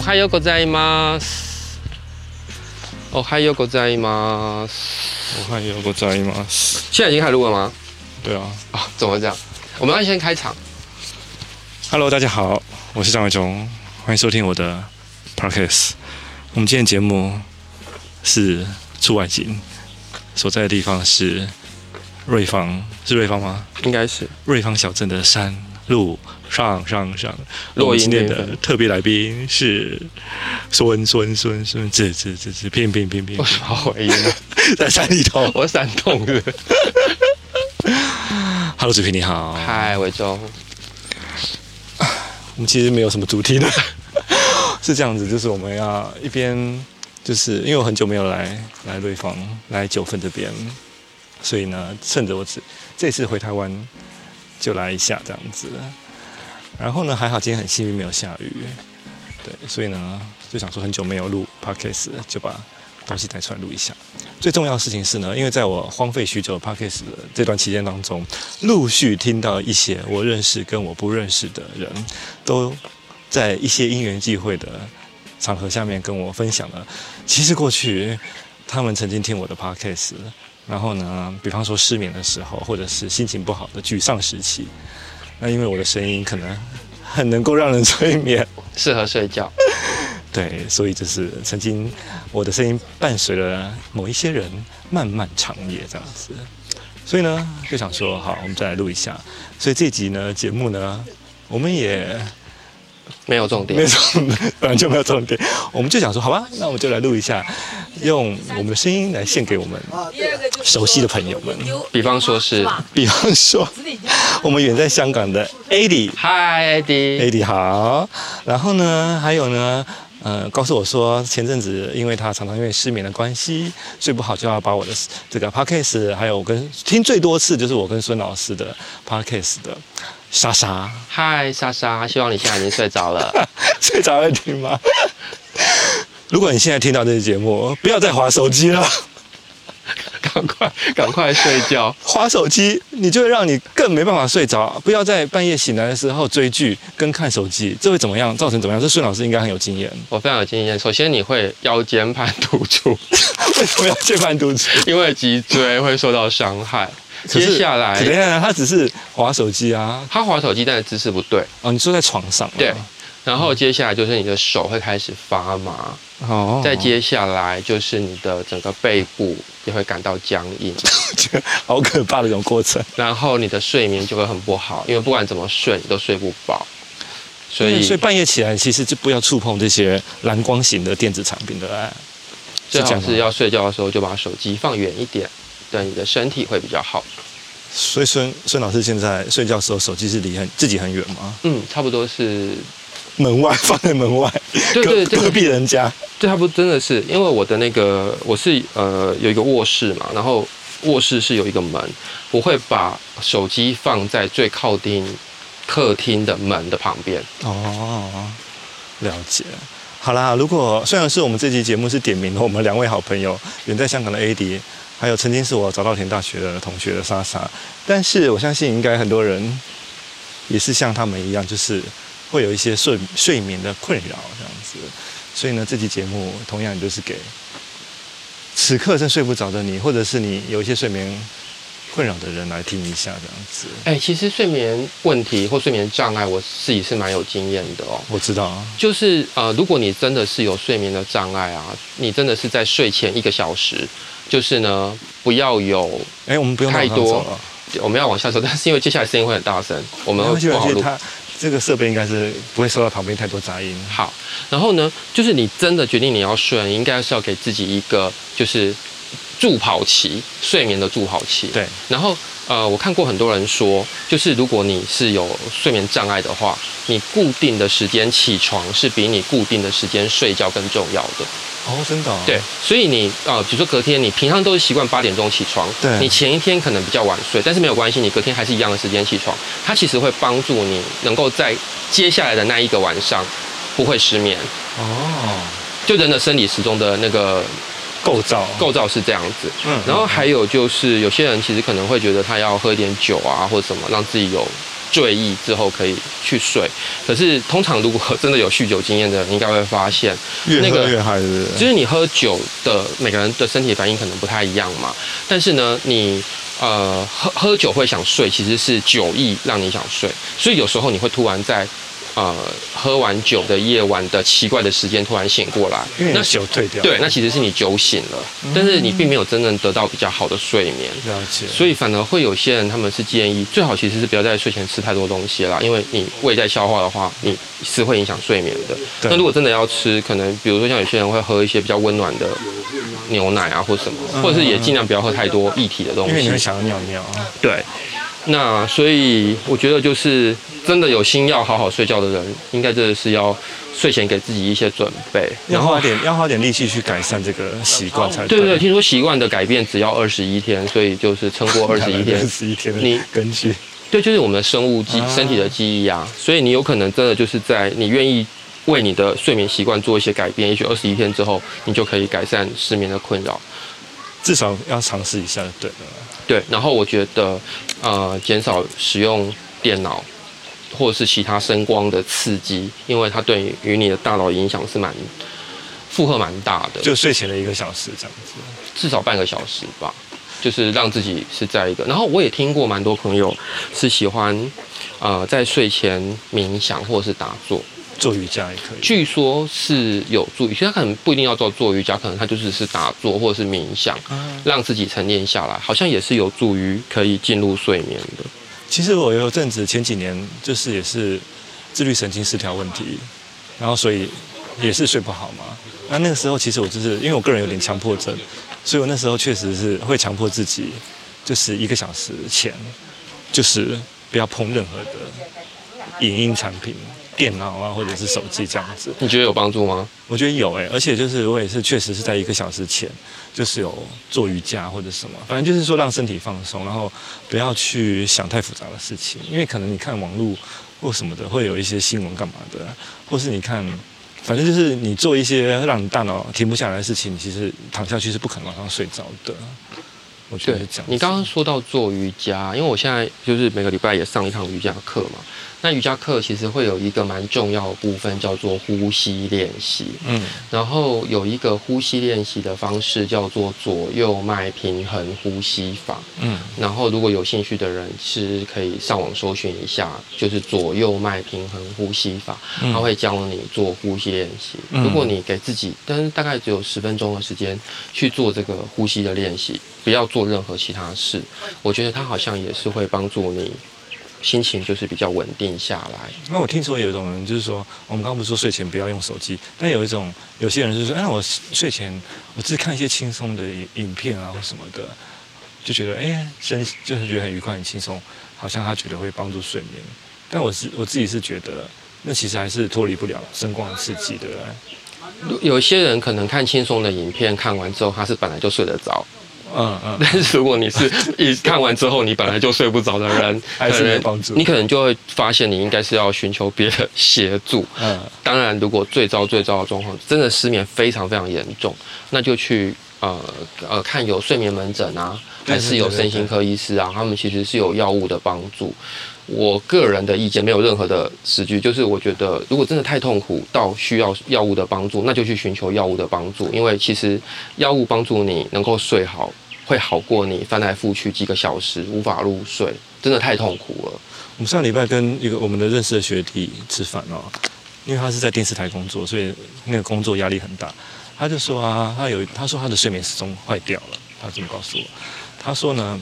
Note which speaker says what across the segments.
Speaker 1: はようございます。おはようございます。
Speaker 2: 我还有个在吗？
Speaker 1: 现在已经开始录了吗？
Speaker 2: 对啊
Speaker 1: 啊，怎么会这样？我们要先开场。
Speaker 2: ，Hello，大家好，我是张伟忠，欢迎收听我的 Parkes。我们今天的节目是出外景，所在的地方是瑞芳，是瑞芳吗？
Speaker 1: 应该是
Speaker 2: 瑞芳小镇的山路上上上。
Speaker 1: 落英
Speaker 2: 我们今天
Speaker 1: 那
Speaker 2: 的
Speaker 1: 边
Speaker 2: 特别来宾是孙孙孙孙，这这这这片片片片
Speaker 1: 为，什么要回音呢？哦
Speaker 2: 在山里 头。
Speaker 1: 我闪动的。
Speaker 2: Hello，子平你好。
Speaker 1: 嗨，伟忠，
Speaker 2: 我们其实没有什么主题的， 是这样子，就是我们要一边，就是因为我很久没有来来瑞芳，来九份这边，所以呢，趁着我这这次回台湾就来一下这样子。然后呢，还好今天很幸运没有下雨，对，所以呢就想说很久没有录 podcast，了就把东西带出来录一下。最重要的事情是呢，因为在我荒废许久的 podcast 的这段期间当中，陆续听到一些我认识跟我不认识的人，都在一些因缘际会的场合下面跟我分享了，其实过去他们曾经听我的 podcast，然后呢，比方说失眠的时候，或者是心情不好的沮丧时期，那因为我的声音可能很能够让人催眠，
Speaker 1: 适合睡觉。
Speaker 2: 对，所以就是曾经我的声音伴随了某一些人漫漫长夜这样子，所以呢就想说好，我们再来录一下。所以这集呢节目呢，我们也
Speaker 1: 没有重
Speaker 2: 没
Speaker 1: 点
Speaker 2: 有。重点，本来就没有重点，我们就想说好吧，那我们就来录一下，用我们的声音来献给我们熟悉的朋友们，
Speaker 1: 比方说是，
Speaker 2: 比方说我们远在香港的 AD。
Speaker 1: 嗨，AD，
Speaker 2: AD 好，然后呢，还有呢，呃，告诉我说，前阵子因为他常常因为失眠的关系睡不好，就要把我的这个 podcast，还有我跟听最多次就是我跟孙老师的 podcast 的莎莎，
Speaker 1: 嗨，莎莎，希望你现在已经睡着了。
Speaker 2: 睡着会听吗？如果你现在听到这期节目，不要再划手机了，
Speaker 1: 赶快，赶快睡觉。
Speaker 2: 划手机你就会让你更没办法睡着。不要在半夜醒来的时候追剧跟看手机，这会怎么样？造成怎么样？这孙老师应该很有经验。
Speaker 1: 我非常有经验。首先，你会腰间盘突出，
Speaker 2: 为什么要键盘读书？
Speaker 1: 因为脊椎会受到伤害。
Speaker 2: 可是
Speaker 1: 接下
Speaker 2: 可等一
Speaker 1: 来，
Speaker 2: 下，他只是划手机啊。
Speaker 1: 他滑手机，但是姿势不对。
Speaker 2: 哦，你说在床上、啊？
Speaker 1: 对。然后接下来就是你的手会开始发麻，
Speaker 2: 哦，
Speaker 1: 再接下来就是你的整个背部也会感到僵硬，
Speaker 2: 觉得好可怕的一种过程。
Speaker 1: 然后你的睡眠就会很不好，因为不管怎么睡你都睡不饱，所以
Speaker 2: 所以半夜起来，其实就不要触碰这些蓝光型的电子产品的啊。
Speaker 1: 最
Speaker 2: 这
Speaker 1: 好
Speaker 2: 样吗
Speaker 1: 是要睡觉的时候就把手机放远一点，对你的身体会比较好。
Speaker 2: 所以孙孙老师现在睡觉的时候，手机是离很自己很远吗？
Speaker 1: 嗯，差不多是，
Speaker 2: 门外放在门外，
Speaker 1: 对对
Speaker 2: 隔
Speaker 1: 这个
Speaker 2: 隔壁人家。
Speaker 1: 对，差不多真的是，因为我的那个我是呃有一个卧室嘛，然后卧室是有一个门，我会把手机放在最靠近客厅的门的旁边。
Speaker 2: 哦，了解。好啦，如果虽然是我们这期节目是点名了我们两位好朋友，远在香港的 AD，还有曾经是我早稻田大学的同学的莎莎，但是我相信应该很多人也是像他们一样，就是会有一些睡睡眠的困扰这样子。所以呢，这期节目同样也就是给此刻正睡不着的你，或者是你有一些睡眠困扰的人来听一下这样子。
Speaker 1: 哎、其实睡眠问题或睡眠障碍，我自己是蛮有经验的哦。
Speaker 2: 我知道啊，
Speaker 1: 就是呃，如果你真的是有睡眠的障碍啊，你真的是在睡前一个小时，就是呢，不要有
Speaker 2: 哎，我们不用
Speaker 1: 太
Speaker 2: 马上
Speaker 1: 多
Speaker 2: 走了。
Speaker 1: 我们要往下走，但是因为接下来声音会很大声，我们
Speaker 2: 没关系，
Speaker 1: 会不
Speaker 2: 没
Speaker 1: 好
Speaker 2: 关系，
Speaker 1: 录。
Speaker 2: 它这个设备应该是不会受到旁边太多杂音。
Speaker 1: 好，然后呢，就是你真的决定你要睡，你应该是要给自己一个就是助跑期，睡眠的助跑期。
Speaker 2: 对，
Speaker 1: 然后呃，我看过很多人说，就是如果你是有睡眠障碍的话，你固定的时间起床是比你固定的时间睡觉更重要的。
Speaker 2: 哦，真的、哦。
Speaker 1: 对，，所以你呃，比如说隔天你平常都是习惯八点钟起床，
Speaker 2: 对
Speaker 1: 你前一天可能比较晚睡，但是没有关系，你隔天还是一样的时间起床，它其实会帮助你能够在接下来的那一个晚上不会失眠。
Speaker 2: 哦，
Speaker 1: 就人的生理时钟的那个
Speaker 2: 构造，
Speaker 1: 构造是这样子，
Speaker 2: 嗯
Speaker 1: 然后还有就是有些人其实可能会觉得他要喝一点酒啊或者什么，让自己有醉意之后可以去睡。可是通常如果真的有酗酒经验的人，应该会发现
Speaker 2: 越
Speaker 1: 那
Speaker 2: 喝
Speaker 1: 个
Speaker 2: 越嗨，对不
Speaker 1: 就
Speaker 2: 对？
Speaker 1: 是你喝酒的每个人的身体反应可能不太一样嘛，但是呢，你呃喝喝酒会想睡，其实是酒意让你想睡，所以有时候你会突然在呃喝完酒的夜晚的奇怪的时间突然醒过来，
Speaker 2: 因为你
Speaker 1: 那
Speaker 2: 的酒退掉，
Speaker 1: 对，那其实是你酒醒了，但是你并没有真正得到比较好的睡眠。
Speaker 2: 了解。
Speaker 1: 所以反而会有些人，他们是建议最好其实是不要在睡前吃太多东西啦，因为你胃在消化的话，你是会影响睡眠的。
Speaker 2: 对
Speaker 1: 那如果真的要吃，可能比如说像有些人会喝一些比较温暖的牛奶啊，或什么，或者是也尽量不要喝太多液体的东
Speaker 2: 嗯因为你会
Speaker 1: 西。
Speaker 2: 想要尿尿啊。
Speaker 1: 对，那所以我觉得就是真的有心要好好睡觉的人，应该真的是要睡前给自己一些准备，
Speaker 2: 要花点要花点力气去改善这个习惯才
Speaker 1: 对对，，听说习惯的改变只要二十一天，所以就是撑 过二十一天
Speaker 2: 二，十一天
Speaker 1: 你
Speaker 2: 的根据，
Speaker 1: 对，就是我们的生物记、
Speaker 2: 啊
Speaker 1: 身体的记忆啊，所以你有可能真的就是在你愿意为你的睡眠习惯做一些改变，也许二十一天之后，你就可以改善失眠的困扰。
Speaker 2: 至少要尝试一下就对了啦。
Speaker 1: 对，然后我觉得，呃，减少使用电脑或者是其他声光的刺激，因为它对于你的大脑影响是蛮负荷蛮大的，
Speaker 2: 就睡前的一个小时这样子。
Speaker 1: 至少半个小时吧，就是让自己是在一个。然后我也听过蛮多朋友是喜欢，呃，在睡前冥想或者是打坐。
Speaker 2: 做瑜伽也可以。
Speaker 1: 据说是有助于，其实他可能不一定要做做瑜伽，可能他就只是打坐或者是冥想，
Speaker 2: 啊
Speaker 1: 让自己沉淀下来，好像也是有助于可以进入睡眠的。
Speaker 2: 其实我有阵子前几年就是也是自律神经失调问题，然后所以也是睡不好嘛。那那个时候其实我就是因为我个人有点强迫症，所以我那时候确实是会强迫自己，就是一个小时前就是不要碰任何的影音产品。电脑啊，或者是手机这样子，
Speaker 1: 你觉得有帮助吗？
Speaker 2: 我觉得有欸诶、而且就是我也是确实是在一个小时前，就是有做瑜伽或者什么，反正就是说让身体放松，然后不要去想太复杂的事情，因为可能你看网络或什么的，会有一些新闻干嘛的，或是你看，反正就是你做一些让你大脑停不下来的事情，你其实躺下去是不可能马上睡着的。我觉得是这样子。
Speaker 1: 你刚刚说到做瑜伽，因为我现在就是每个礼拜也上一堂瑜伽课嘛。那瑜伽课其实会有一个蛮重要的部分叫做呼吸练习，
Speaker 2: 嗯，
Speaker 1: 然后有一个呼吸练习的方式叫做左右脉平衡呼吸法。
Speaker 2: 嗯
Speaker 1: 然后，如果有兴趣的人是可以上网搜寻一下，就是左右脉平衡呼吸法，
Speaker 2: 嗯
Speaker 1: 它会教你做呼吸练习。
Speaker 2: 嗯
Speaker 1: 如果你给自己，但是大概只有十分钟的时间去做这个呼吸的练习，不要做任何其他事，我觉得它好像也是会帮助你心情就是比较稳定下来。
Speaker 2: 那我听说有一种人就是说，我们刚刚不是说睡前不要用手机，但有一种有些人就是说，哎，那我睡前我只是看一些轻松的影影片啊或什么的，就觉得哎，身就是觉得很愉快很轻松，好像他觉得会帮助睡眠。但我是我自己是觉得，那其实还是脱离不了声光刺激的。
Speaker 1: 有些人可能看轻松的影片，看完之后他是本来就睡得着，
Speaker 2: 嗯嗯，
Speaker 1: 但是如果你是一看完之后你本来就睡不着的人，
Speaker 2: 还是
Speaker 1: 可能
Speaker 2: 有帮助
Speaker 1: 你可能就会发现你应该是要寻求别的协助。
Speaker 2: 嗯，
Speaker 1: 当然，如果最糟最糟的状况，真的失眠非常非常严重，那就去呃呃看有睡眠门诊啊，
Speaker 2: 对
Speaker 1: 还是有
Speaker 2: 对对对
Speaker 1: 身心科医师啊，他们其实是有药物的帮助。我个人的意见没有任何的实据，就是我觉得如果真的太痛苦到需要药物的帮助，那就去寻求药物的帮助，因为其实药物帮助你能够睡好，会好过你翻来覆去几个小时无法入睡，真的太痛苦了。
Speaker 2: 我们上礼拜跟一个我们的认识的学弟吃饭哦，因为他是在电视台工作，所以那个工作压力很大。他就说啊，他有他说他的睡眠时钟坏掉了，他这么告诉我。他说呢，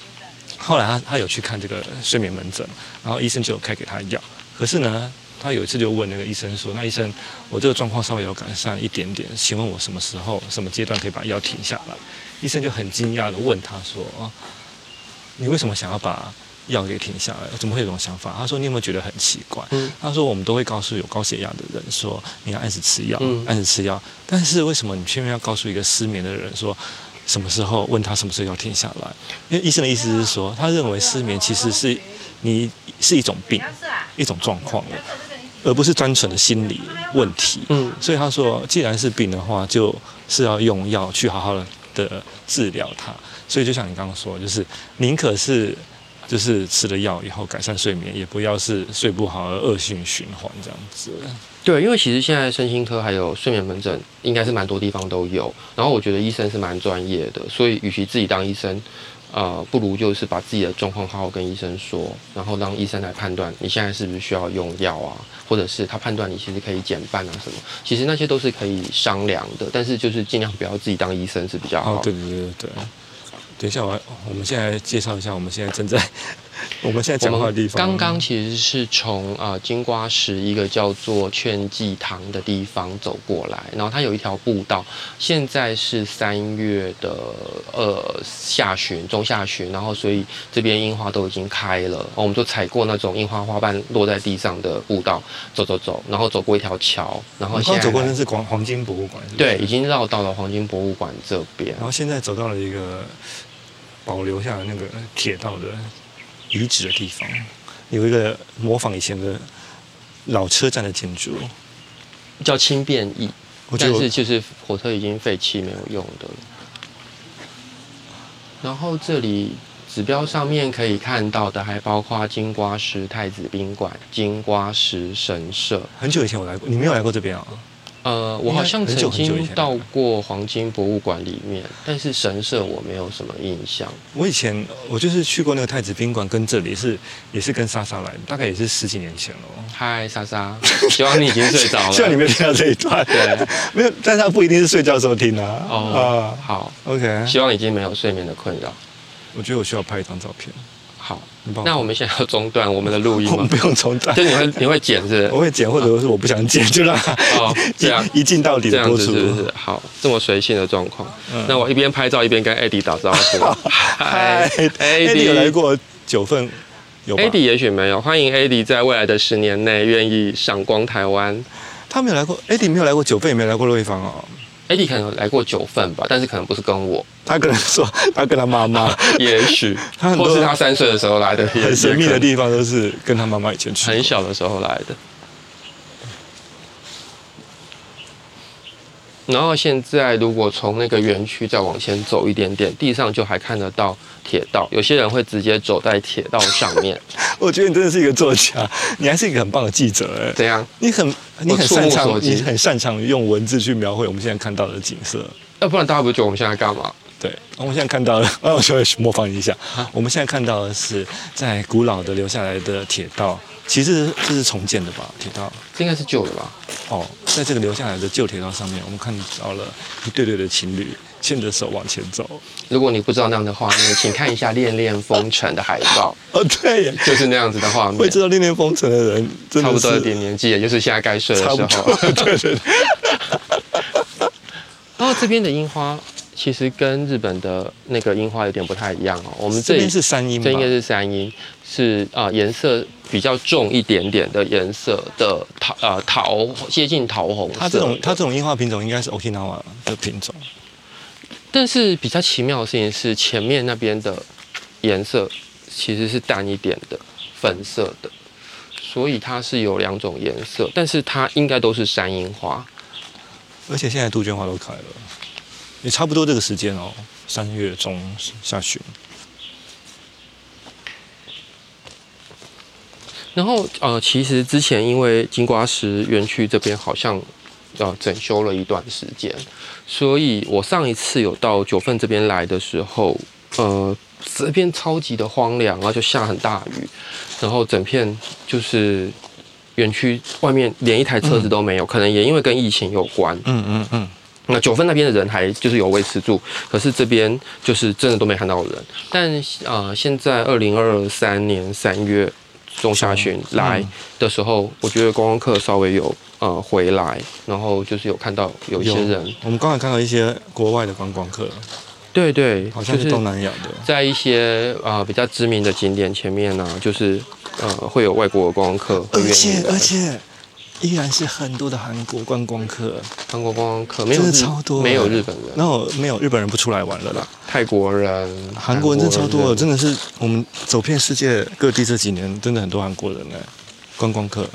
Speaker 2: 后来他他有去看这个睡眠门诊，然后医生就有开给他药，可是呢，他有一次就问那个医生说，那医生，我这个状况稍微有改善一点点，请问我什么时候什么阶段可以把药停下来？医生就很惊讶的问他说，哦你为什么想要把药给停下来？怎么会有这种想法？他说：“你有没有觉得很奇怪？”
Speaker 1: 嗯
Speaker 2: 他说：“我们都会告诉有高血压的人说，你要按时吃药，
Speaker 1: 嗯
Speaker 2: 按时吃药。但是为什么你偏偏要告诉一个失眠的人说，什么时候问他什么时候要停下来？因为医生的意思是说，他认为失眠其实是你是一种病，
Speaker 3: 啊
Speaker 2: 一种状况了，而不是单纯的心理问题。
Speaker 1: 嗯
Speaker 2: 所以他说，既然是病的话，就是要用药去好好的治疗它。所以就像你刚刚说，就是宁可是就是吃了药以后改善睡眠，也不要是睡不好而恶性循环这样子。
Speaker 1: 对，因为其实现在身心科还有睡眠门诊，应该是蛮多地方都有。然后我觉得医生是蛮专业的，所以与其自己当医生，呃，不如就是把自己的状况好好跟医生说，然后让医生来判断你现在是不是需要用药啊，或者是他判断你其实可以减半啊什么。其实那些都是可以商量的，但是就是尽量不要自己当医生是比较好。
Speaker 2: 哦，对对对对对。等一下，我还我们现在介绍一下，我们现在 正在我们现在
Speaker 1: 我
Speaker 2: 讲话的
Speaker 1: 们
Speaker 2: 地方。
Speaker 1: 刚刚其实是从啊、呃金瓜石一个叫做劝济堂的地方走过来，然后它有一条步道，现在是三月的呃下旬中下旬，然后所以这边樱花都已经开了，哦我们就踩过那种樱花花瓣落在地上的步道走走走，然后走过一条桥，哦然
Speaker 2: 我
Speaker 1: 后
Speaker 2: 们
Speaker 1: 现
Speaker 2: 刚
Speaker 1: 在
Speaker 2: 走过
Speaker 1: 来
Speaker 2: 那是广黄金博物馆，是不是
Speaker 1: 对，已经绕到了黄金博物馆这边
Speaker 2: 然。后现在走到了一个保留下那个铁道的遗址的地方，有一个模仿以前的老车站的建筑。
Speaker 1: 叫轻便椅，
Speaker 2: 我觉
Speaker 1: 但
Speaker 2: 得我
Speaker 1: 是就是火车已经废弃没有用的了。然后这里指标上面可以看到的，还包括金瓜石太子宾馆、金瓜石神社。
Speaker 2: 很久以前我来过，你没有来过这边啊？
Speaker 1: 呃，我好像
Speaker 2: 应该很久
Speaker 1: 曾
Speaker 2: 很久以
Speaker 1: 经
Speaker 2: 前
Speaker 1: 到过黄金博物馆里面，但是神社我没有什么印象。
Speaker 2: 我以前我就是去过那个太子宾馆，跟这里是也是跟莎莎来的，大概也是十几年前了哦。
Speaker 1: 嗨，莎 莎，希望你已经睡着了。
Speaker 2: 虽然你没有听到这一段，
Speaker 1: 对，
Speaker 2: 没有，但是他不一定是睡觉的时候听啊。
Speaker 1: 哦，
Speaker 2: 啊
Speaker 1: 好，
Speaker 2: ，OK，
Speaker 1: 希望已经没有睡眠的困扰。
Speaker 2: 我觉得我需要拍一张照片，
Speaker 1: 好，
Speaker 2: 你帮我
Speaker 1: 那我们现在要中断我们的录音
Speaker 2: 哦 我们
Speaker 1: 吗？
Speaker 2: 不用重来
Speaker 1: 就。你会你会剪是
Speaker 2: 我
Speaker 1: 不是？
Speaker 2: 会剪，或者是我不想剪，就让它
Speaker 1: 哦这样
Speaker 2: 一一镜到底
Speaker 1: 这
Speaker 2: 的
Speaker 1: 样
Speaker 2: 播
Speaker 1: 子
Speaker 2: 出。
Speaker 1: 是不是？好，这么随性的状况。
Speaker 2: 嗯
Speaker 1: 那我一边拍照一边跟 Eddie 打招 呼。
Speaker 2: 嗨
Speaker 1: 嗨
Speaker 2: ，Andy 有来过九份，有吧
Speaker 1: 哎 Eddie 也许没有，欢迎 Eddie 在未来的十年内愿意赏光台湾。
Speaker 2: 他没有来过，Andy 没有来过九份，也没有来过瑞芳哦。
Speaker 1: Eddie 可能来过九份吧，但是可能不是跟 我，
Speaker 2: 他可能说他跟他妈
Speaker 1: 啊
Speaker 2: 妈
Speaker 1: 也许，
Speaker 2: 他很多
Speaker 1: 或是他三岁的时候来的，也
Speaker 2: 很神秘
Speaker 1: 也可
Speaker 2: 的
Speaker 1: 能
Speaker 2: 地方都是跟他妈妈以前去过。
Speaker 1: 很小的时候来的。然后现在如果从那个园区再往前走一点点，地上就还看得到铁道，有些人会直接走在铁道上面，
Speaker 2: 我觉得你真的是一个作家， 你还是一个很棒的记者哎。
Speaker 1: 怎样？
Speaker 2: 你很你很
Speaker 1: 触目
Speaker 2: 擅
Speaker 1: 所
Speaker 2: 长，
Speaker 1: 及
Speaker 2: 你很擅长用文字去描绘我们现在看到的景色。
Speaker 1: 要不然大家不会觉得我们现在干嘛？
Speaker 2: 对，我们现在看到了，啊，我稍微模仿一下。我们现在看到的是在古老的留下来的铁道，其实这是重建的吧？铁道
Speaker 1: 这应该是旧的吧？
Speaker 2: 哦，在这个留下来的旧铁道上面，我们看到了一对对的情侣牵着手往前走。
Speaker 1: 如果你不知道那样的画面，请看一下《恋恋风尘》的海报，
Speaker 2: 哦，对耶，
Speaker 1: 就是那样子的画
Speaker 2: 会
Speaker 1: 面
Speaker 2: 知。道《恋恋风尘》的人，真
Speaker 1: 差
Speaker 2: 的
Speaker 1: 不
Speaker 2: 是
Speaker 1: 多有点年纪，也就是现在该睡的
Speaker 2: 差
Speaker 1: 时
Speaker 2: 不
Speaker 1: 候
Speaker 2: 多。， 对对对，
Speaker 1: 然哦后这边的樱花其实跟日本的那个樱花有点不太一样哦。我们这
Speaker 2: 这
Speaker 1: 里
Speaker 2: 边是山阴吧？
Speaker 1: 这应该是山樱，是啊、呃颜色比较重一点点的颜色的桃呃桃接近桃红色。
Speaker 2: 它这种它这种樱花品种应该是 Okinawa 的品种，
Speaker 1: 但是比较奇妙的事情是，前面那边的颜色其实是淡一点的，粉色的，所以它是有两种颜色，但是它应该都是山樱花。
Speaker 2: 而且现在杜鹃花都开了，也差不多这个时间哦，三月中下旬。
Speaker 1: 然后呃，其实之前因为金瓜石园区这边好像呃整修了一段时间，所以我上一次有到九份这边来的时候，呃，这边超级的荒凉，然后就下很大雨，然后整片就是园区外面连一台车子都没有，可能也因为跟疫情有关。
Speaker 2: 嗯嗯嗯。
Speaker 1: 那九份那边的人还就是有维持住，可是这边就是真的都没看到人。但呃，现在二零二三年三月中下旬
Speaker 2: 嗯
Speaker 1: 来的时候，我觉得观光客稍微有呃回来，然后就是有看到有一些人，
Speaker 2: 我们刚才看到一些国外的观光客，
Speaker 1: 对对，
Speaker 2: 好
Speaker 1: 就
Speaker 2: 像是
Speaker 1: 是
Speaker 2: 东南亚的。
Speaker 1: 在一些呃比较知名的景点前面呢、就是呃会有外国的观光客会愿
Speaker 2: 而
Speaker 1: 意
Speaker 2: 且
Speaker 1: 来
Speaker 2: 而且，依然是很多的韩国观光客，
Speaker 1: 韩国观光客没有
Speaker 2: 真的
Speaker 1: 日
Speaker 2: 超多。
Speaker 1: 没有日本人、
Speaker 2: 然后没有日本人不出来玩了啦，
Speaker 1: 泰国人、
Speaker 2: 韩国人真的超多的，
Speaker 1: 人
Speaker 2: 真的是我们走遍世界各地这几年，真的很多韩国人呢，观光客。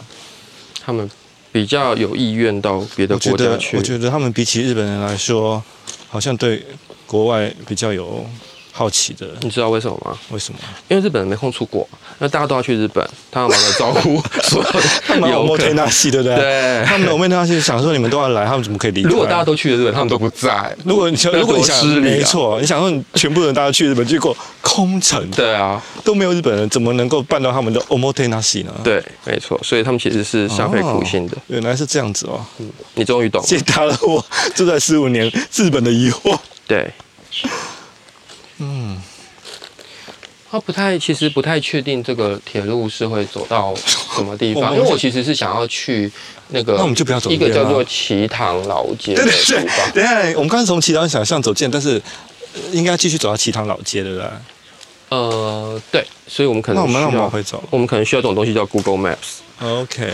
Speaker 1: 他们比较有意愿到别的
Speaker 2: 我觉
Speaker 1: 国家
Speaker 2: 得
Speaker 1: 去。
Speaker 2: 我觉得他们比起日本人来说，好像对国外比较有好奇的，
Speaker 1: 你知道为什么吗？
Speaker 2: 为什么？
Speaker 1: 因为日本人没空出国，那大家都要去日本，他要忙着照 顾所有的游
Speaker 2: 莫
Speaker 1: 客
Speaker 2: 推。纳西对不对？
Speaker 1: 对
Speaker 2: 他们我们那些想说你们都要来，他们怎么可以离开？
Speaker 1: 如果大家都去了日本，
Speaker 2: 哦
Speaker 1: 他们都不在。
Speaker 2: 如果你想，
Speaker 1: 那
Speaker 2: 如果你
Speaker 1: 多
Speaker 2: 想，
Speaker 1: 失礼啊
Speaker 2: 没错，你想说你全部人大家去日本，结果空城，
Speaker 1: 对啊，
Speaker 2: 都没有日本人，怎么能够办到他们的 omotenashi 呢？，哦
Speaker 1: 对，没错，所以他们其实是煞费苦心的。
Speaker 2: 原来是这样子哦，
Speaker 1: 你终于懂了，
Speaker 2: 解答了我住在十五年日本的疑惑。
Speaker 1: 对，
Speaker 2: 嗯，
Speaker 1: 他不太，其实不太确定这个铁路是会走到什么地
Speaker 2: 我
Speaker 1: 方，
Speaker 2: 们
Speaker 1: 因为我其实是想要去那个，
Speaker 2: 那我们就不要走
Speaker 1: 一个
Speaker 2: 这边
Speaker 1: 叫
Speaker 2: 啊
Speaker 1: 做齐塘老街的
Speaker 2: 对
Speaker 1: 地
Speaker 2: 对对
Speaker 1: 方。，
Speaker 2: 等一下，我们刚才从其他想象走进，但是呃应该继续走到其他老街，对不对？
Speaker 1: 呃，对，所以我们可
Speaker 2: 那
Speaker 1: 能
Speaker 2: 我们那我
Speaker 1: 需
Speaker 2: 们
Speaker 1: 要
Speaker 2: 往，回走
Speaker 1: 我们可能需要这种东西叫 Google Maps。
Speaker 2: ，OK。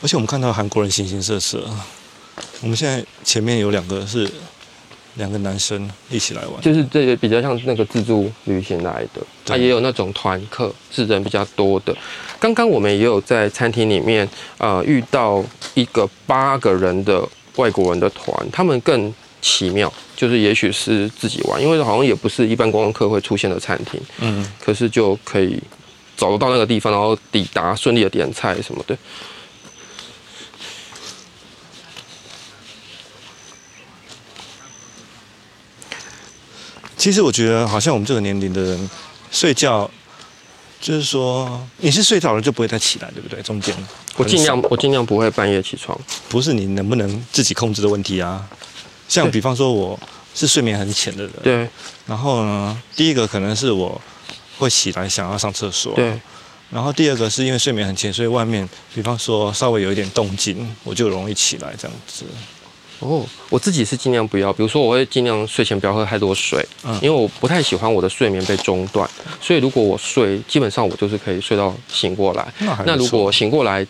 Speaker 2: 而且我们看到韩国人形形色色，我们现在前面有两个是两个男生一起来玩，
Speaker 1: 就是这个比较像那个自助旅行来的，
Speaker 2: 对
Speaker 1: 它也有那种团客是人比较多的。刚刚我们也有在餐厅里面呃遇到一个八个人的外国人的团，他们更奇妙，就是也许是自己玩，因为好像也不是一般观光客会出现的餐厅，
Speaker 2: 嗯，
Speaker 1: 可是就可以找得到那个地方，然后抵达顺利的点菜什么的。
Speaker 2: 其实我觉得，好像我们这个年龄的人睡觉，就是说你是睡着了就不会再起来，对不对？中间
Speaker 1: 我尽量
Speaker 2: 很少
Speaker 1: 我尽量不会半夜起床。
Speaker 2: 不是你能不能自己控制的问题啊。像
Speaker 1: 对
Speaker 2: 比方说我是睡眠很浅的人，
Speaker 1: 对
Speaker 2: 然后呢，第一个可能是我会起来想要上厕所，
Speaker 1: 对
Speaker 2: 然后第二个是因为睡眠很浅，所以外面比方说稍微有一点动静，我就容易起来这样子。
Speaker 1: 哦，我自己是尽量不要，比如说我会尽量睡前不要喝太多水，
Speaker 2: 嗯
Speaker 1: 因为我不太喜欢我的睡眠被中断，所以如果我睡，基本上我就是可以睡到醒过来。
Speaker 2: 那还不错
Speaker 1: 那如果醒过来，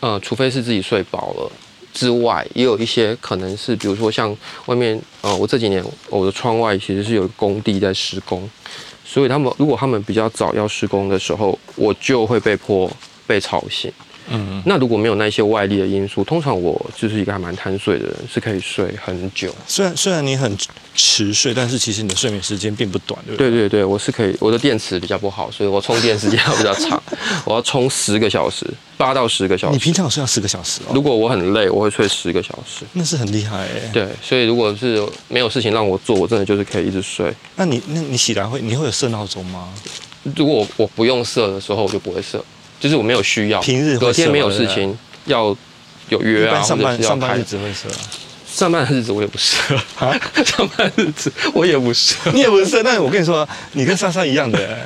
Speaker 1: 呃，除非是自己睡饱了。之外，也有一些可能是，比如说像外面，呃，我这几年我的窗外其实是有一个工地在施工，所以他们如果他们比较早要施工的时候，我就会被迫被吵醒。
Speaker 2: 嗯，
Speaker 1: 那如果没有那一些外力的因素，通常我就是一个还蛮贪睡的人，是可以睡很久。
Speaker 2: 虽然虽然你很迟睡，但是其实你的睡眠时间并不短，对不对？
Speaker 1: 对对对，我是可以，我的电池比较不好，所以我充电时间要比较长，我要充十个小时，八到十个小
Speaker 2: 你
Speaker 1: 时。
Speaker 2: 平常有睡到十个小时哦。
Speaker 1: 如果我很累，我会睡十个小时。
Speaker 2: 那是很厉害哎。
Speaker 1: 对，所以如果是没有事情让我做，我真的就是可以一直睡。
Speaker 2: 那你那你起来会你会有设闹钟吗？
Speaker 1: 如果我我不用设的时候，我就不会设，就是我没有需要。
Speaker 2: 平日会
Speaker 1: 隔天
Speaker 2: 设
Speaker 1: 没有
Speaker 2: 对不
Speaker 1: 事
Speaker 2: 对
Speaker 1: 情要有
Speaker 2: 一
Speaker 1: 约啊，
Speaker 2: 般
Speaker 1: 或
Speaker 2: 上
Speaker 1: 者
Speaker 2: 班
Speaker 1: 是要
Speaker 2: 上班
Speaker 1: 拍
Speaker 2: 日子会设。
Speaker 1: 上班的日子我也不设，上班日子我也不设。
Speaker 2: 你也不是，但是我跟你说，你跟莎莎一样的 欸，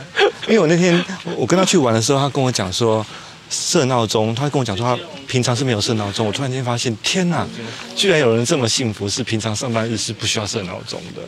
Speaker 2: 因为我那天我我跟她去玩的时候，她跟我讲说设闹钟，她跟我讲说她平常是没有设闹钟，我突然间发现，天哪，居然有人这么幸福，是平常上班日是不需要设闹钟的。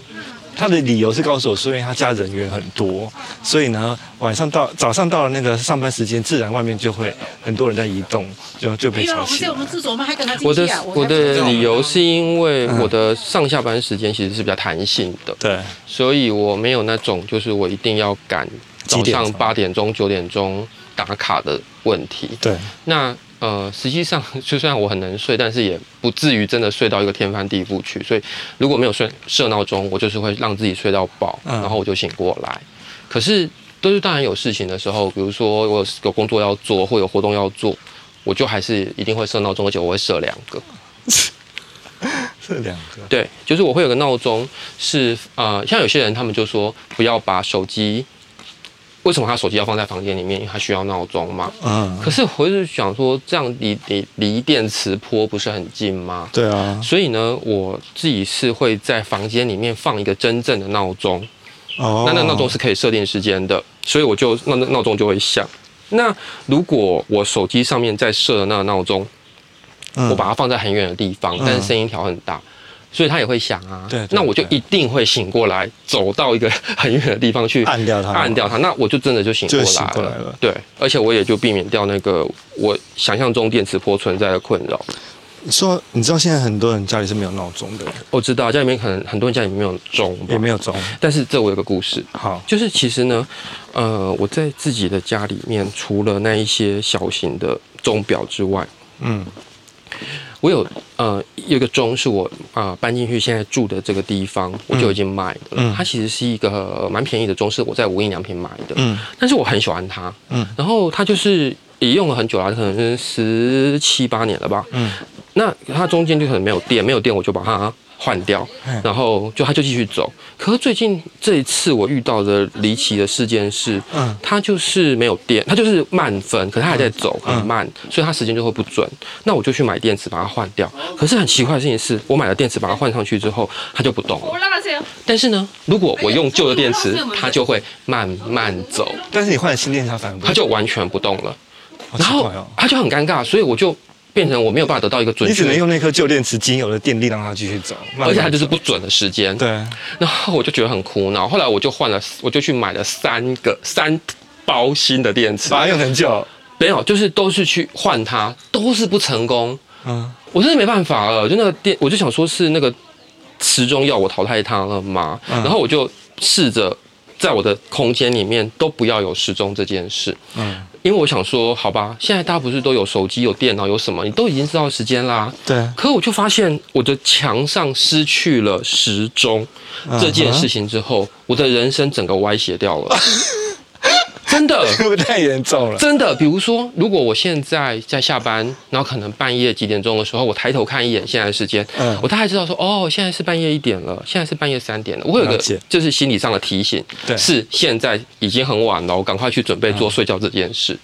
Speaker 2: 她的理由是告诉我，是因为她家人员很多，所以呢，晚上到早上到了那个上班时间，自然外面就会很多人在移动，就就被
Speaker 3: 没有，
Speaker 2: 吵
Speaker 3: 我们
Speaker 2: 醒
Speaker 3: 是
Speaker 2: 了
Speaker 3: 啊我。们自主，我们还跟他进
Speaker 1: 我的
Speaker 3: 去啊。
Speaker 1: 我
Speaker 3: 才不知
Speaker 1: 的
Speaker 3: 道
Speaker 1: 理由是因为我
Speaker 2: 嗯
Speaker 1: 的上下班时间其实是比较弹性的，
Speaker 2: 对，
Speaker 1: 所以我没有那种就是我一定要赶
Speaker 2: 几
Speaker 1: 早
Speaker 2: 点
Speaker 1: 上八点钟九点钟打卡的问题。
Speaker 2: 对，
Speaker 1: 那呃，实际上 就算我很能睡，但是也不至于真的睡到一个天翻地覆去。所以如果没有睡设闹钟，我就是会让自己睡到饱，
Speaker 2: 嗯
Speaker 1: 然后我就醒过来。可是都是当然有事情的时候，比如说我有有工作要做，或有活动要做，我就还是一定会设闹钟，而且我会设两个。
Speaker 2: 这两个。
Speaker 1: 对，就是我会有个闹钟，是呃，像有些人他们就说不要把手机，为什么他手机要放在房间里面？因为他需要闹钟嘛。
Speaker 2: 嗯，
Speaker 1: 可是我就是想说，这样离离离电磁波不是很近吗？
Speaker 2: 对啊，
Speaker 1: 所以呢，我自己是会在房间里面放一个真正的闹钟，
Speaker 2: 哦
Speaker 1: 那那闹钟是可以设定时间的，所以我就那那闹钟就会响。那如果我手机上面在设的那个闹钟，
Speaker 2: 嗯
Speaker 1: 我把它放在很远的地方，但是声音调很大，所以它也会响啊。
Speaker 2: 对对
Speaker 1: 那我就
Speaker 2: 对
Speaker 1: 一定会醒过来，走到一个很远的地方去
Speaker 2: 按掉它
Speaker 1: 按掉它，那我就真的就醒过
Speaker 2: 就
Speaker 1: 来了。
Speaker 2: 醒过来了
Speaker 1: 对，而且我也就避免掉那个我想象中电磁波存在的困扰。
Speaker 2: 你说，你知道现在很多人家里是没有闹钟的，
Speaker 1: 我知道家里面可能很多人家里面没有钟吧，
Speaker 2: 也没有钟。
Speaker 1: 但是这我有个故事，
Speaker 2: 好，
Speaker 1: 就是其实呢，呃，我在自己的家里面，除了那一些小型的钟表之外，
Speaker 2: 嗯，
Speaker 1: 我有呃有一个钟是我啊、呃搬进去现在住的这个地方，我就已经买的了。
Speaker 2: 嗯
Speaker 1: 它其实是一个蛮便宜的钟，是我在无印良品买的，
Speaker 2: 嗯
Speaker 1: 但是我很喜欢它。
Speaker 2: 嗯
Speaker 1: 然后它就是也用了很久了，可能十七八年了吧。
Speaker 2: 嗯
Speaker 1: 那它中间就可能没有电，没有电我就把它换掉
Speaker 2: 嗯，
Speaker 1: 然后就它就继续走。可是最近这一次我遇到的离奇的事件是，
Speaker 2: 嗯
Speaker 1: 它就是没有电，它就是慢分，可是它还在走，
Speaker 2: 嗯
Speaker 1: 很慢，所以它时间就会不准。那我就去买电池把它换掉。可是很奇怪的事情是，我买了电池把它换上去之后，它就不动了。
Speaker 3: 올라가세요.
Speaker 1: 但是呢，如果我用旧的电池，它就会慢慢走，
Speaker 2: 但是你换了新电池，它反而不
Speaker 1: 它就完全不动了。
Speaker 2: 好
Speaker 1: 然
Speaker 2: 奇
Speaker 1: 后
Speaker 2: 怪哦。
Speaker 1: 它就很尴尬，所以我就变成我没有办法得到一个准
Speaker 2: 你
Speaker 1: 确
Speaker 2: 只能
Speaker 1: 的。
Speaker 2: 用那颗旧电池仅有的电力让它继续走，慢慢
Speaker 1: 而且它就是
Speaker 2: 走
Speaker 1: 不准的时间，
Speaker 2: 对，
Speaker 1: 然后我就觉得很苦恼。后来我就换了，我就去买了三个三包新的电池
Speaker 2: 把，它用很久。
Speaker 1: 没有，就是都是去换它，都是不成功。
Speaker 2: 嗯，
Speaker 1: 我真的没办法了，就那个电，我就想说是那个时钟要我淘汰它了嘛，
Speaker 2: 嗯
Speaker 1: 然后我就试着在我的空间里面都不要有时钟这件事，
Speaker 2: 嗯，
Speaker 1: 因为我想说，好吧，现在大家不是都有手机、有电脑、有什么，你都已经知道时间啦。
Speaker 2: 对，
Speaker 1: 可我就发现我的墙上失去了时钟这件事情之后，我的人生整个歪斜掉了，真的。
Speaker 2: 会不会太严重了？
Speaker 1: 真的，比如说，如果我现在在下班，然后可能半夜几点钟的时候，我抬头看一眼现在的时间，
Speaker 2: 嗯
Speaker 1: 我大概知道说，哦，现在是半夜一点了，现在是半夜三点了。我有一
Speaker 2: 了
Speaker 1: 个
Speaker 2: 解
Speaker 1: 就是心理上的提醒，
Speaker 2: 对嗯
Speaker 1: 是现在已经很晚了，我赶快去准备做睡觉这件事。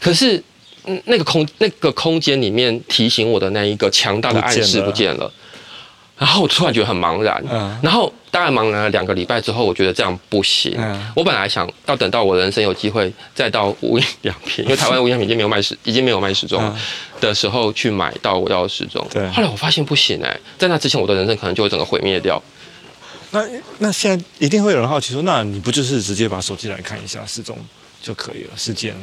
Speaker 1: 可是，嗯，那个空那个空间里面提醒我的那一个强大的暗示不
Speaker 2: 不
Speaker 1: 见
Speaker 2: 见
Speaker 1: 了。然后我突然觉得很茫然，
Speaker 2: 嗯
Speaker 1: 然后大概茫然了两个礼拜之后，我觉得这样不行。
Speaker 2: 嗯
Speaker 1: 我本来想要等到我人生有机会再到无印良 品，因为台湾无印良品已经没有卖时，已经没有卖时钟了的时候去买到我要的时钟。
Speaker 2: 嗯对
Speaker 1: 后来我发现不行哎、在那之前我的人生可能就会整个毁灭掉。
Speaker 2: 那那现在一定会有人好奇说，那你不就是直接把手机来看一下时钟就可以了，时间？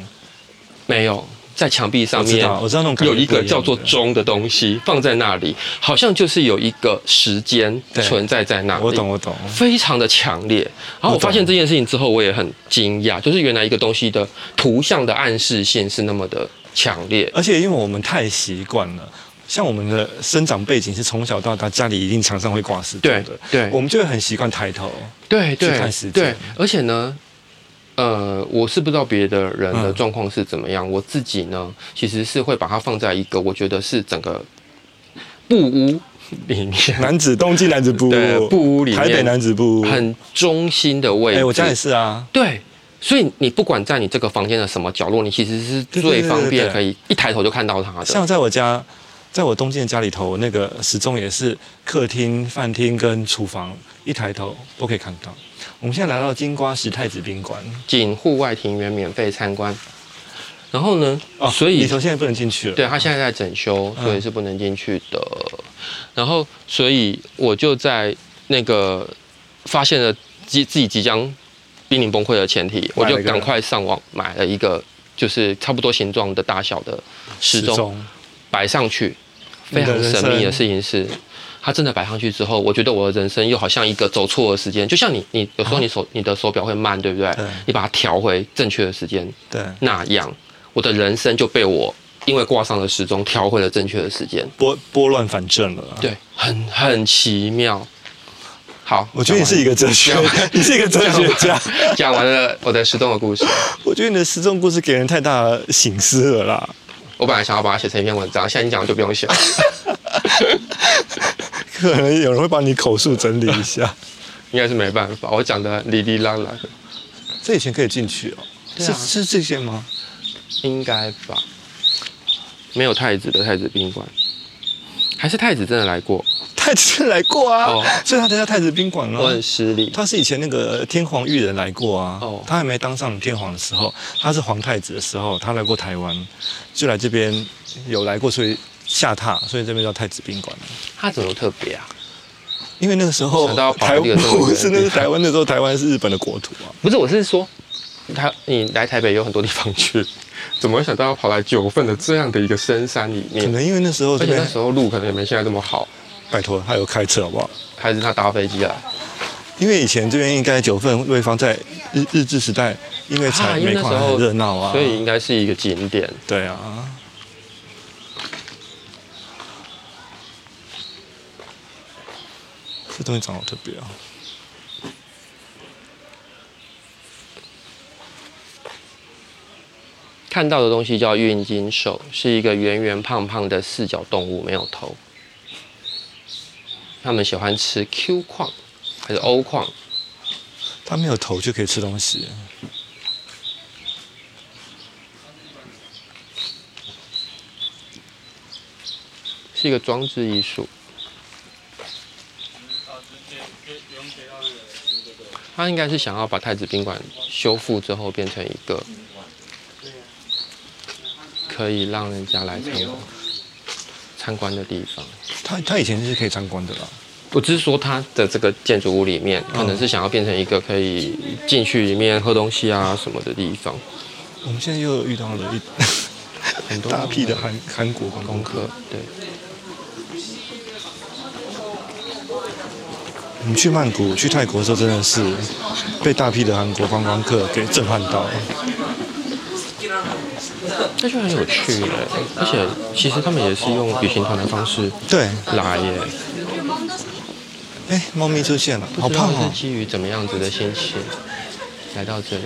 Speaker 1: 没有，在墙壁上
Speaker 2: 我知
Speaker 1: 面
Speaker 2: 道，我知道那种感觉
Speaker 1: 有一
Speaker 2: 不
Speaker 1: 个
Speaker 2: 样
Speaker 1: 叫做
Speaker 2: 对
Speaker 1: 钟的东西放在那里，好像就是有一个时间
Speaker 2: 对
Speaker 1: 存在在那里。
Speaker 2: 我懂，我懂。
Speaker 1: 非常的强烈。然后我
Speaker 2: 我懂
Speaker 1: 发现这件事情之后，我也很惊讶，就是原来一个东西的图像的暗示性是那么的强烈。
Speaker 2: 而且因为我们太习惯了，像我们的生长背景是从小到大家里一定墙上会挂时钟
Speaker 1: 对
Speaker 2: 的，
Speaker 1: 对
Speaker 2: 我们就会很习惯抬头。
Speaker 1: 对
Speaker 2: 去
Speaker 1: 对
Speaker 2: 看时间
Speaker 1: 对，而且呢，呃，我是不知道别的人的
Speaker 2: 嗯
Speaker 1: 状况是怎么样，我自己呢，其实是会把它放在一个我觉得是整个布屋里面，
Speaker 2: 男子东京男子部
Speaker 1: 对，布屋里面
Speaker 2: 台北男子部
Speaker 1: 很中心的位
Speaker 2: 哎、
Speaker 1: 置。
Speaker 2: 我家也是啊，
Speaker 1: 对。所以你不管在你这个房间的什么角落，你其实是
Speaker 2: 对对
Speaker 1: 最
Speaker 2: 对
Speaker 1: 方便
Speaker 2: 对
Speaker 1: 可以一抬头就看到它的。
Speaker 2: 像在我家，在我东京的家里头，那个时钟也是客厅、饭厅跟厨房，一抬头都可以看到。我们现在来到金瓜石太子宾馆，
Speaker 1: 仅户外庭园免费参观。然后呢，所以
Speaker 2: 哦里头现在不能进去了。
Speaker 1: 对啊他现在在整修，
Speaker 2: 嗯
Speaker 1: 所以是不能进去的。然后，所以我就在那个发现了即自己即将濒临崩溃的前提，我
Speaker 2: 买了
Speaker 1: 就
Speaker 2: 一个
Speaker 1: 赶快上网买了一个就是差不多形状的大小的时钟，摆上去。非常神秘的事情是，它真的摆上去之后，我觉得我的人生又好像一个走错的时间，就像你，你有时
Speaker 2: 啊
Speaker 1: 候你手、你的手表会慢，对不对
Speaker 2: 对？
Speaker 1: 你把它调回正确的时间
Speaker 2: 对，
Speaker 1: 那样，我的人生就被我因为挂上了时钟调回了正确的时间，
Speaker 2: 拨拨乱反正了。，啊
Speaker 1: 对，很很奇妙。好，
Speaker 2: 我觉得你是一个哲学
Speaker 1: 讲完了，
Speaker 2: 你是一个哲学家。
Speaker 1: 讲完了我的时钟的故事，
Speaker 2: 我觉得你的时钟故事给人太大的醒思了啦。
Speaker 1: 我本来想要把它写成一篇文章，现在你讲了就不用写了。
Speaker 2: 可能有人会帮你口述整理一下。
Speaker 1: 应该是没办法，我讲的哩哩啦啦的，
Speaker 2: 这以前可以进去哦，
Speaker 1: 对啊
Speaker 2: 是是这些吗？
Speaker 1: 应该吧？没有太子的太子宾馆，还是太子真的来过？
Speaker 2: 太子来过啊，
Speaker 1: 哦
Speaker 2: 所以他才叫太子宾馆啊。
Speaker 1: 我很失礼。
Speaker 2: 他是以前那个天皇裕仁来过啊，
Speaker 1: 哦
Speaker 2: 他还没当上天皇的时候，他是皇太子的时候，他来过台湾，就来这边有来过，所以下榻，所以这边叫太子宾馆。
Speaker 1: 他怎么特别啊？
Speaker 2: 因为那个时候
Speaker 1: 想到跑
Speaker 2: 台
Speaker 1: 这个这么远
Speaker 2: 不是那是台湾那时候，台湾是日本的国 土啊，
Speaker 1: 不是，我是说，他你来台北有很多地方去， 怎么会想到要跑来九份的这样的一个深山里
Speaker 2: 可
Speaker 1: 面？
Speaker 2: 能因为那时候
Speaker 1: 而
Speaker 2: 这
Speaker 1: 且那
Speaker 2: 边
Speaker 1: 时候路可能也没现在这么好，
Speaker 2: 拜托他有开车好不好？
Speaker 1: 还是他搭飞机来？
Speaker 2: 因为以前这边应该九份瑞芳在日日治时代，因为
Speaker 1: 啊
Speaker 2: 采
Speaker 1: 因为
Speaker 2: 煤
Speaker 1: 那
Speaker 2: 矿
Speaker 1: 时候
Speaker 2: 很热闹啊，
Speaker 1: 所以应该是一个景点。
Speaker 2: 对啊。这东西长得好特别啊！
Speaker 1: 看到的东西叫运金兽，是一个圆圆胖胖的四脚动物，没有头。它们喜欢吃 Q 矿还是 O 矿？
Speaker 2: 它没有头就可以吃东西，
Speaker 1: 是一个装置艺术。他应该是想要把太子宾馆修复之后变成一个可以让人家来参观参观的地方。
Speaker 2: 它它以前是可以参观的啦。
Speaker 1: 我只是说它的这个建筑物里面，可能是想要变成一个可以进去里面喝东西啊什么的地方。
Speaker 2: 我们现在又遇到了一
Speaker 1: 很多
Speaker 2: 大批的韩韩国观光
Speaker 1: 功
Speaker 2: 客
Speaker 1: 课，，对，
Speaker 2: 我们去曼谷、去泰国的时候，真的是被大批的韩国观光客给震撼到。
Speaker 1: 这就很有趣耶。而且其实他们也是用旅行团的方式
Speaker 2: 对，
Speaker 1: 来耶，
Speaker 2: 哎，猫咪出现了，好
Speaker 1: 不知道
Speaker 2: 胖哦
Speaker 1: 是！基于怎么样子的心情来到 这里？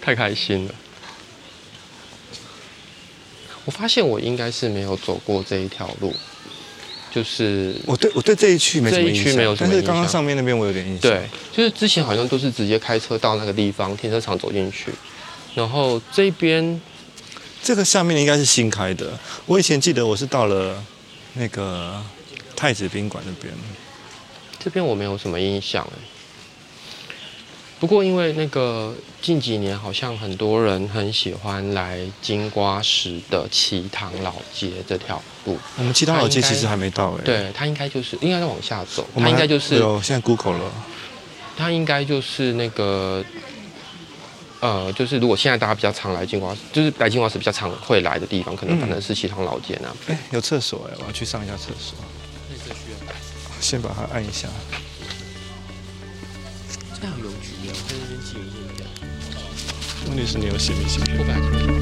Speaker 1: 太开心了。我发现我应该是没有走过这一条路，就是
Speaker 2: 我对我对这一区没什么
Speaker 1: 这一
Speaker 2: 印
Speaker 1: 区没有
Speaker 2: 象，
Speaker 1: 什
Speaker 2: 但
Speaker 1: 么
Speaker 2: 是刚
Speaker 1: 印
Speaker 2: 刚
Speaker 1: 象
Speaker 2: 上面那边我有点印象。
Speaker 1: 对，就是之前好像都是直接开车到那个地方停车场走进去，然后这边
Speaker 2: 这个下面应该是新开的。我以前记得我是到了那个太子宾馆那边，
Speaker 1: 这边我没有什么印象哎。不过因为那个近几年好像很多人很喜欢来金瓜石的祈堂老街这条路，
Speaker 2: 我们其他老街
Speaker 1: 它应该
Speaker 2: 其实还没到哎、，
Speaker 1: 对，它应该就是应该再往下走，
Speaker 2: 我
Speaker 1: 它
Speaker 2: 们
Speaker 1: 应该就
Speaker 2: 还啊
Speaker 1: 是
Speaker 2: 有现在 Google 了，
Speaker 1: 它应该就是那个，呃，就是如果现在大家比较常来金瓜，就是来金瓜石比较常会来的地方，可能
Speaker 2: 嗯
Speaker 1: 反正是西塘老街那边。
Speaker 2: 哎，有厕所哎、我要去上一下厕所。先把它按一下。
Speaker 1: 啊这样有局面，在那边静一静。
Speaker 2: 问题是你有写明信片吗？
Speaker 1: 我本来就